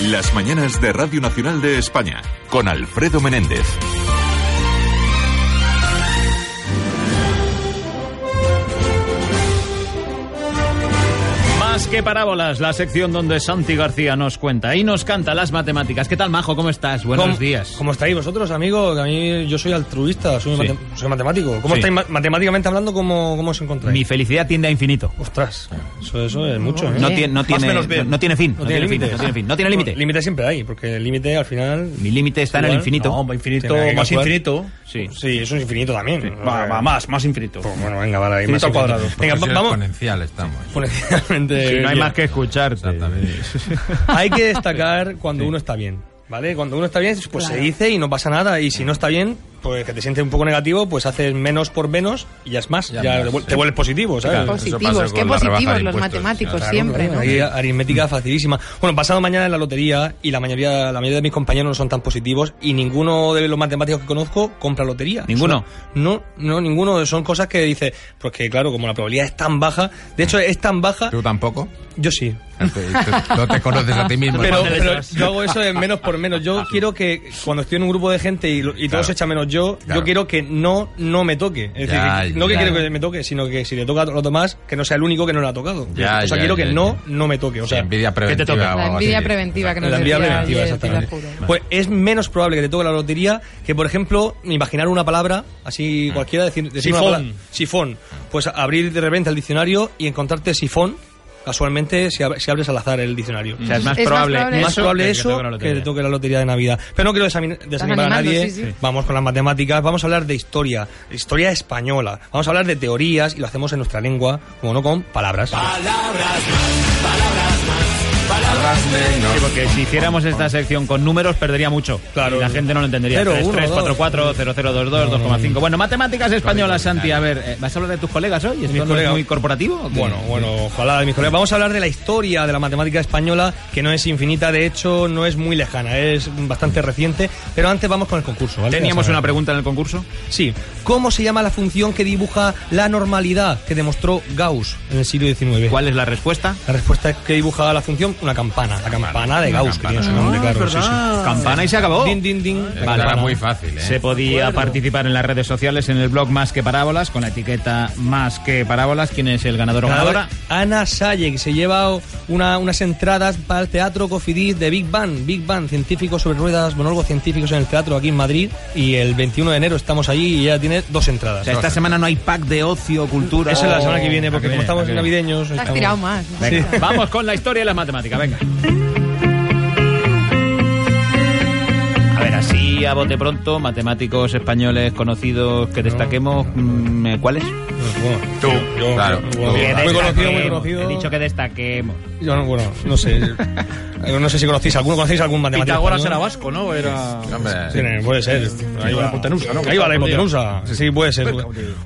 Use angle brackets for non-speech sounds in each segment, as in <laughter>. Las mañanas de Radio Nacional de España con Alfredo Menéndez. Más que parábolas, la sección donde Santi García nos cuenta y nos canta las matemáticas. ¿Qué tal, Majo? ¿Cómo estás? Buenos ¿Cómo- días. ¿Cómo estáis vosotros, amigos? Que a mí yo soy altruista, soy, Sí. mate- soy matemático. ¿Cómo Sí. estáis ma- matemáticamente hablando? ¿Cómo, cómo os encontráis? Mi felicidad tiende a infinito. Ostras, eso, eso es mucho. ¿eh? No, tiene- no, Más tiene, menos bien. no tiene fin. No, tiene, fin. límites. No tiene fin. No tiene No, límite. Límite siempre hay, porque el límite al final. Mi límite está en el Igual, infinito. No, infinito, Tiene que más calcular. infinito. sí. Sí, eso es infinito también. ¿no? Va, va, más, más infinito. Pues bueno, venga, vale, ahí Infinito más al cuadrado. infinito. Venga, va- vamos. Exponencial estamos. Exponencialmente no hay bien. más que escuchar. Exactamente. Hay <laughs> que destacar cuando uno está bien, ¿vale? Cuando uno está bien, pues se dice y no pasa nada. Y si no está bien, pues que te sientes un poco negativo, pues haces menos por menos y ya es más. Ya, Ya es te más, vuel- sí. te vuelves positivo, ¿sabes? Claro. Eso pasa Positivos, con qué la rebaja de positivos los impuestos, matemáticos claro, siempre, Claro, ¿no? ahí aritmética facilísima. Bueno, pasado mañana en la lotería y la mayoría, la mayoría de mis compañeros no son tan positivos y ninguno de los matemáticos que conozco compra lotería. ¿Ninguno? Son- no, no, ninguno. Son cosas que dice, pues que claro, como la probabilidad es tan baja, de hecho es tan baja, ¿Tú tampoco? yo sí. No te conoces a ti mismo. Pero, ¿no? pero yo hago eso de menos por menos. Yo quiero que cuando estoy en un grupo de gente y, lo- y Claro. todos echan menos yo, Claro. yo quiero que no, no me toque. Es Ya, decir, no que ya. quiero que me toque, sino que si le toca a los demás, que no sea el único que no le ha tocado. Ya, o sea, ya, quiero ya, que ya. no, no me toque. O sea, envidia preventiva. toca? o La algo envidia así. preventiva que nos La envidia decía preventiva, ayer Pilar exactamente. Juro. Pues es menos probable que te toque la lotería que, por ejemplo, imaginar una palabra, Mm. así cualquiera, decir, decir una Sifón. palabra- Sifón. Pues abrir de repente el diccionario y encontrarte sifón, casualmente, si, ab- si abres al azar el diccionario. Mm. O sea, es más Es más probable, probable más eso probable que eso toque una que te lotería. toque la lotería de Navidad. Pero no quiero desamin- desanimar a animando, nadie. sí, sí. Vamos con las matemáticas, vamos a hablar de historia, historia española. Vamos a hablar de teorías y lo hacemos en nuestra lengua, como no con palabras. Sí, porque si hiciéramos esta sección con números perdería mucho. Claro. Y la gente no lo entendería. Cero, 3, uno, 3, dos. 4, 4, 0, 0, 2, 2, 2,5. Bueno, matemáticas españolas, Santi. A ver, eh, ¿vas a hablar de tus colegas hoy? ¿Esto no es colegas. muy corporativo? o qué? Bueno, bueno, ojalá mis colegas. Vamos a hablar de la historia de la matemática española, que no es infinita, de hecho, no es muy lejana, es bastante reciente. Pero antes vamos con el concurso, ¿vale? ¿Teníamos Ya una sabes. pregunta en el concurso? Sí. ¿Cómo se llama la función que dibuja la normalidad que demostró Gauss en el siglo XIX? ¿Cuál es la respuesta? La respuesta es que dibuja la función una campana, la campana de Gauss, que tiene su nombre, claro. sí, sí. Ah, Campana y se acabó. Din, din, din. Esto Vale, era bueno. muy fácil, ¿eh? Se podía participar en las redes sociales, en el blog Más que Parábolas, con la etiqueta Más que Parábolas. ¿Quién es el ganador o ganadora? Ganadora, Ana Salle, que se lleva una- unas entradas para el teatro Cofidis de Big Bang. Big Bang, científicos sobre ruedas, monólogos científicos en el teatro aquí en Madrid. Y el 21 de enero estamos allí y ya tiene dos O entradas. sea, esta semana no hay pack de ocio, cultura. Esa es la semana que viene, porque La como estamos la Ah, que viene. navideños. Te has estamos- tirado más. ¿no? Venga, Vamos con la historia y las matemáticas, venga. A ver, así a bote pronto, matemáticos españoles conocidos que destaquemos, mm, ¿cuáles? Bueno, Tú, yo- claro. yo- tú. Muy conocido, muy conocido. He dicho que destaquemos. yo no, bueno, no sé. Eh, no sé si conocéis alguno, ¿conocéis algún matemático? Pitágoras español? era vasco, ¿no? Era... Hombre, Sí, nene, puede ser. Ahí va la hipotenusa, ¿no? Ahí va la hipotenusa. Sí, puede ser.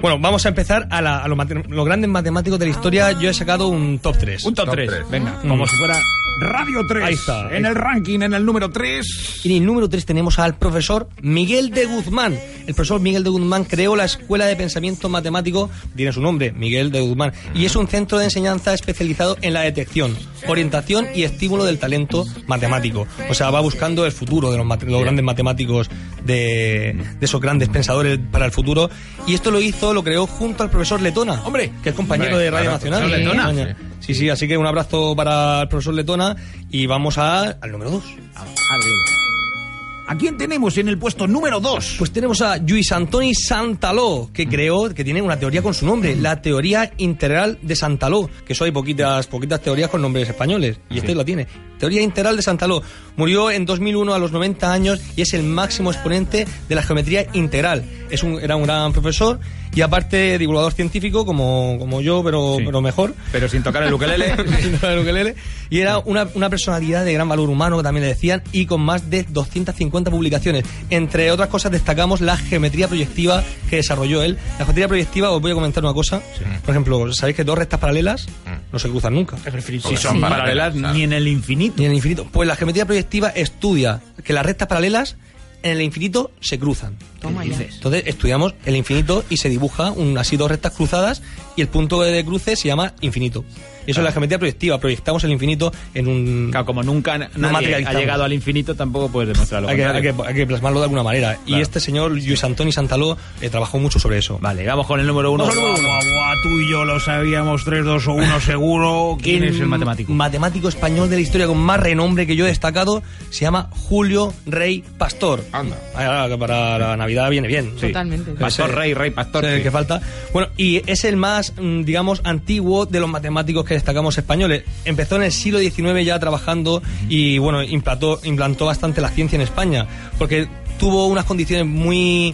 Bueno, vamos a empezar a, la- a los, mate- los grandes matemáticos de la historia. Yo he sacado un top 3. Un top Top 3. tres. Venga. Como si fuera... Radio 3. Ahí está, ahí En está. el ranking, en el número 3. Y en el número 3 tenemos al profesor Miguel de Guzmán. El profesor Miguel de Guzmán creó la Escuela de Pensamiento Matemático, tiene su nombre, Miguel de Guzmán, y es un centro de enseñanza especializado en la detección, orientación y estímulo del talento matemático. O sea, va buscando el futuro de los, mate- los grandes matemáticos, de, de esos grandes pensadores para el futuro. Y esto lo hizo, lo creó junto al profesor Letona, Hombre. que es compañero Hombre, de Radio claro, Nacional. profesor Letona. España. Sí, sí, así que un abrazo para el profesor Letona y vamos a, al número 2. ¿A quién tenemos en el puesto número 2? Pues tenemos a Luis Antoni Santaló, que creó, que tiene una teoría con su nombre, la teoría integral de Santaló, que eso hay poquitas, poquitas teorías con nombres españoles, y este la tiene. Teoría integral de Santaló. Murió en 2001 a los 90 años y es el máximo exponente de la geometría integral. Es un, era un gran profesor y aparte divulgador científico como, como yo, pero, pero mejor. Pero sin tocar el <laughs> ukelele. Del ukelele. y era una, una personalidad de gran valor humano, que también le decían, y con más de 250 publicaciones. Entre otras cosas, destacamos la geometría proyectiva que desarrolló él. La geometría proyectiva, os voy a comentar una cosa. Por ejemplo, ¿sabéis que dos rectas paralelas no se cruzan nunca? Si son Sí. paralelas, Claro. ni en el infinito. Ni en el infinito. Pues la geometría proyectiva estudia que las rectas paralelas en el infinito se cruzan. Toma ya. Entonces estudiamos el infinito y se dibuja un, así dos rectas cruzadas y el punto de cruce se llama infinito. Y eso es la geometría proyectiva. Proyectamos el infinito en un. Claro, como nunca nadie ha materializamos. llegado al infinito, tampoco puedes demostrarlo. Hay que, hay que- hay que plasmarlo de alguna manera. Y Claro. este señor, Luis Antoni Santaló, eh, trabajó mucho sobre eso. Vale, vamos con el número uno. Vamos al número uno. Guau, guau, tú y yo lo sabíamos, 3, 2 o 1 seguro. ¿Quién es el matemático? Matemático español de la historia con más renombre que yo he destacado se llama Julio Rey Pastor. Anda. Ah, ahora que para la Navidad viene bien. Sí. Totalmente. Pastor Ese- Rey, Rey Pastor. ese es el sí. que falta. Bueno, y es el más, mm, digamos, antiguo de los matemáticos que destacamos españoles. Empezó en el siglo XIX ya trabajando y, bueno, implantó, implantó bastante la ciencia en España, porque tuvo unas condiciones muy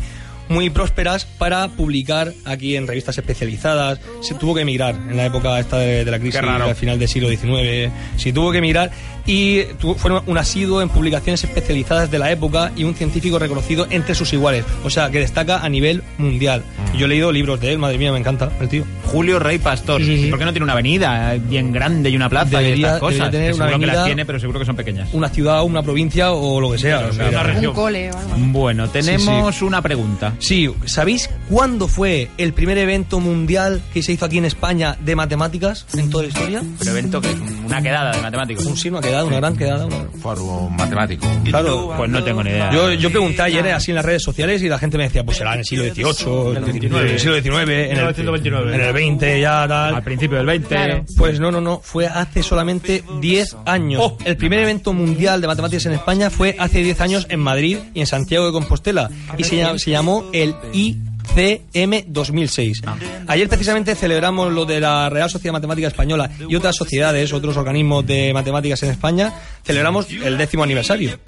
muy prósperas para publicar aquí en revistas especializadas. Se tuvo que emigrar en la época esta de, de la crisis Qué raro. al final del siglo XIX. Sí, tuvo que emigrar y tuvo- fue un asiduo en publicaciones especializadas de la época y un científico reconocido entre sus iguales. O sea, que destaca a nivel mundial. Yo he leído libros de él, madre mía, me encanta el tío. Julio Rey Pastor. Sí, sí, sí. ¿Por qué no tiene una avenida eh, bien grande y una plaza y Debería- estas cosas? debería tener Que seguro una que las avenida- tiene, pero seguro que son pequeñas. Una ciudad, una provincia o lo que sea. o sea, una región. Un cole o algo. Bueno, tenemos una pregunta. Sí, ¿sabéis cuándo fue el primer evento mundial que se hizo aquí en España de matemáticas en toda la historia? Un evento que una quedada de matemáticos. Un signo ha quedado, una gran quedada. una- Foro matemático. Claro, Pues no tengo ni idea. Yo, yo pregunté ayer eh, así en las redes sociales y la gente me decía, pues será en el siglo XVIII, en el siglo XIX, en el, 1929. en el XX ya Al tal. principio del 20. Claro. Pues no, no, no, fue hace solamente 10 años. Oh. el primer evento mundial de matemáticas en España fue hace 10 años en Madrid y en Santiago de Compostela y se, llam- se llamó el ICM 2006. Ayer precisamente celebramos lo de la Real Sociedad Matemática Española y otras sociedades, otros organismos de matemáticas en España, celebramos el décimo aniversario.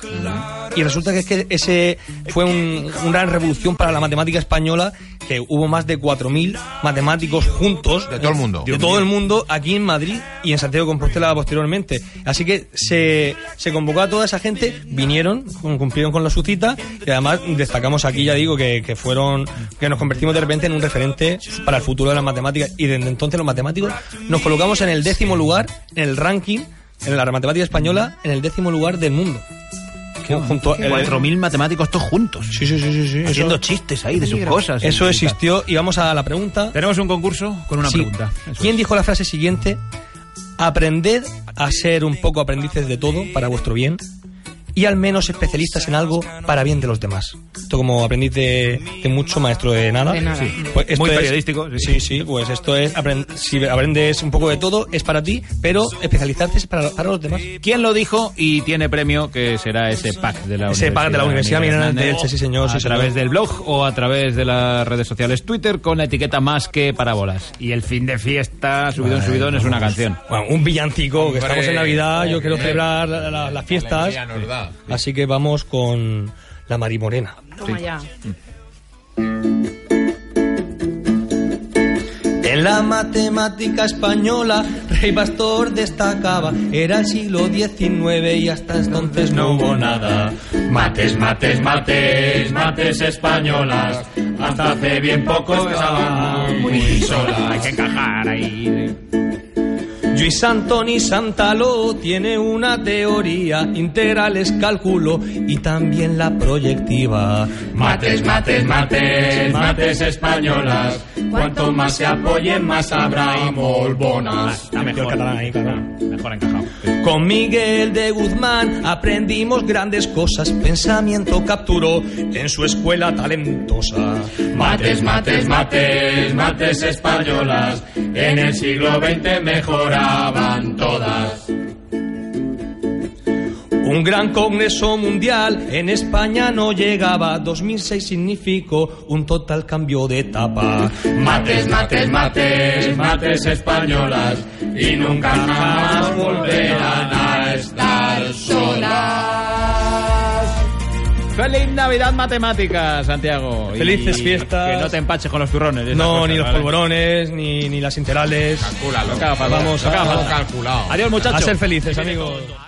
Y resulta que es que ese fue un- una gran revolución para la matemática española, que hubo más de 4.000 matemáticos juntos. De todo el mundo. De todo el mundo aquí en Madrid y en Santiago de Compostela posteriormente. Así que se, se convocó a toda esa gente, vinieron, cum- cumplieron con la su cita y además destacamos aquí, ya digo, que, que fueron, que nos convertimos de repente en un referente para el futuro de las matemáticas y desde entonces los matemáticos nos colocamos en el décimo lugar en el ranking, en la matemática española, en el décimo lugar del mundo. Junto a- el- 4.000 matemáticos todos juntos. Sí, sí, sí, sí, sí, Haciendo Eso, chistes ahí de sus cosas. eso Y- existió y vamos a la pregunta. Tenemos un concurso con una Sí. pregunta. Eso ¿Quién es. dijo la frase siguiente? Aprended a ser un poco aprendices de todo para vuestro bien y al menos especialistas en algo para bien de los demás. Esto como aprendiz de, de mucho, maestro de nada. De nada. Sí. Pues esto Muy es- periodístico, sí. Sí, sí, pues esto es, aprend- si aprendes un poco de todo es para ti, pero especializarte es para, para los demás. ¿Quién lo dijo y tiene premio que será ese pack de la Ese Universidad? pack de la Universidad Miguel Miguel Hernández de Hernández, Elche, sí, señor, A sí, señor. través del blog o a través de las redes sociales Twitter con la etiqueta más que parábolas. Y el fin de fiesta, subidón, subidón, es una canción. Bueno, un villancico, que Hombre, estamos en Navidad, yo quiero eh, hombre. celebrar la- la- las fiestas. Alegría nos da. Así que vamos con la Mari Morena. Toma ya. En la matemática española, Rey Pastor destacaba. Era el siglo XIX y hasta entonces no hubo nada. Mates, mates, mates, mates españolas. Hasta hace bien poco estaban muy Hay solas. que encajar ahí. Luis Antoni Santaló tiene una teoría, integrales cálculo y también la proyectiva. Mates, mates, mates, mates españolas. Cuanto más se apoyen, más habrá molbonas. Está mejor. Mejor encajado. Con Miguel de Guzmán aprendimos grandes cosas, pensamiento capturó en su escuela talentosa. Mates, mates, mates, mates españolas. En el siglo XX mejoraban todas. Un gran congreso mundial en España no llegaba. 2006 significó un total cambio de etapa. Mates, mates, mates, mates españolas y nunca jamás volverán a estar solas. ¡Feliz Navidad Matemáticas, Santiago! Y Felices fiestas. Que no te empaches con los turrones. esas No, cosas, ni los ¿vale? polvorones, ni, ni las integrales. Calcúlalo. No caga falta. Vamos, No caga falta. calculado. Adiós, muchachos. A ser felices, amigos.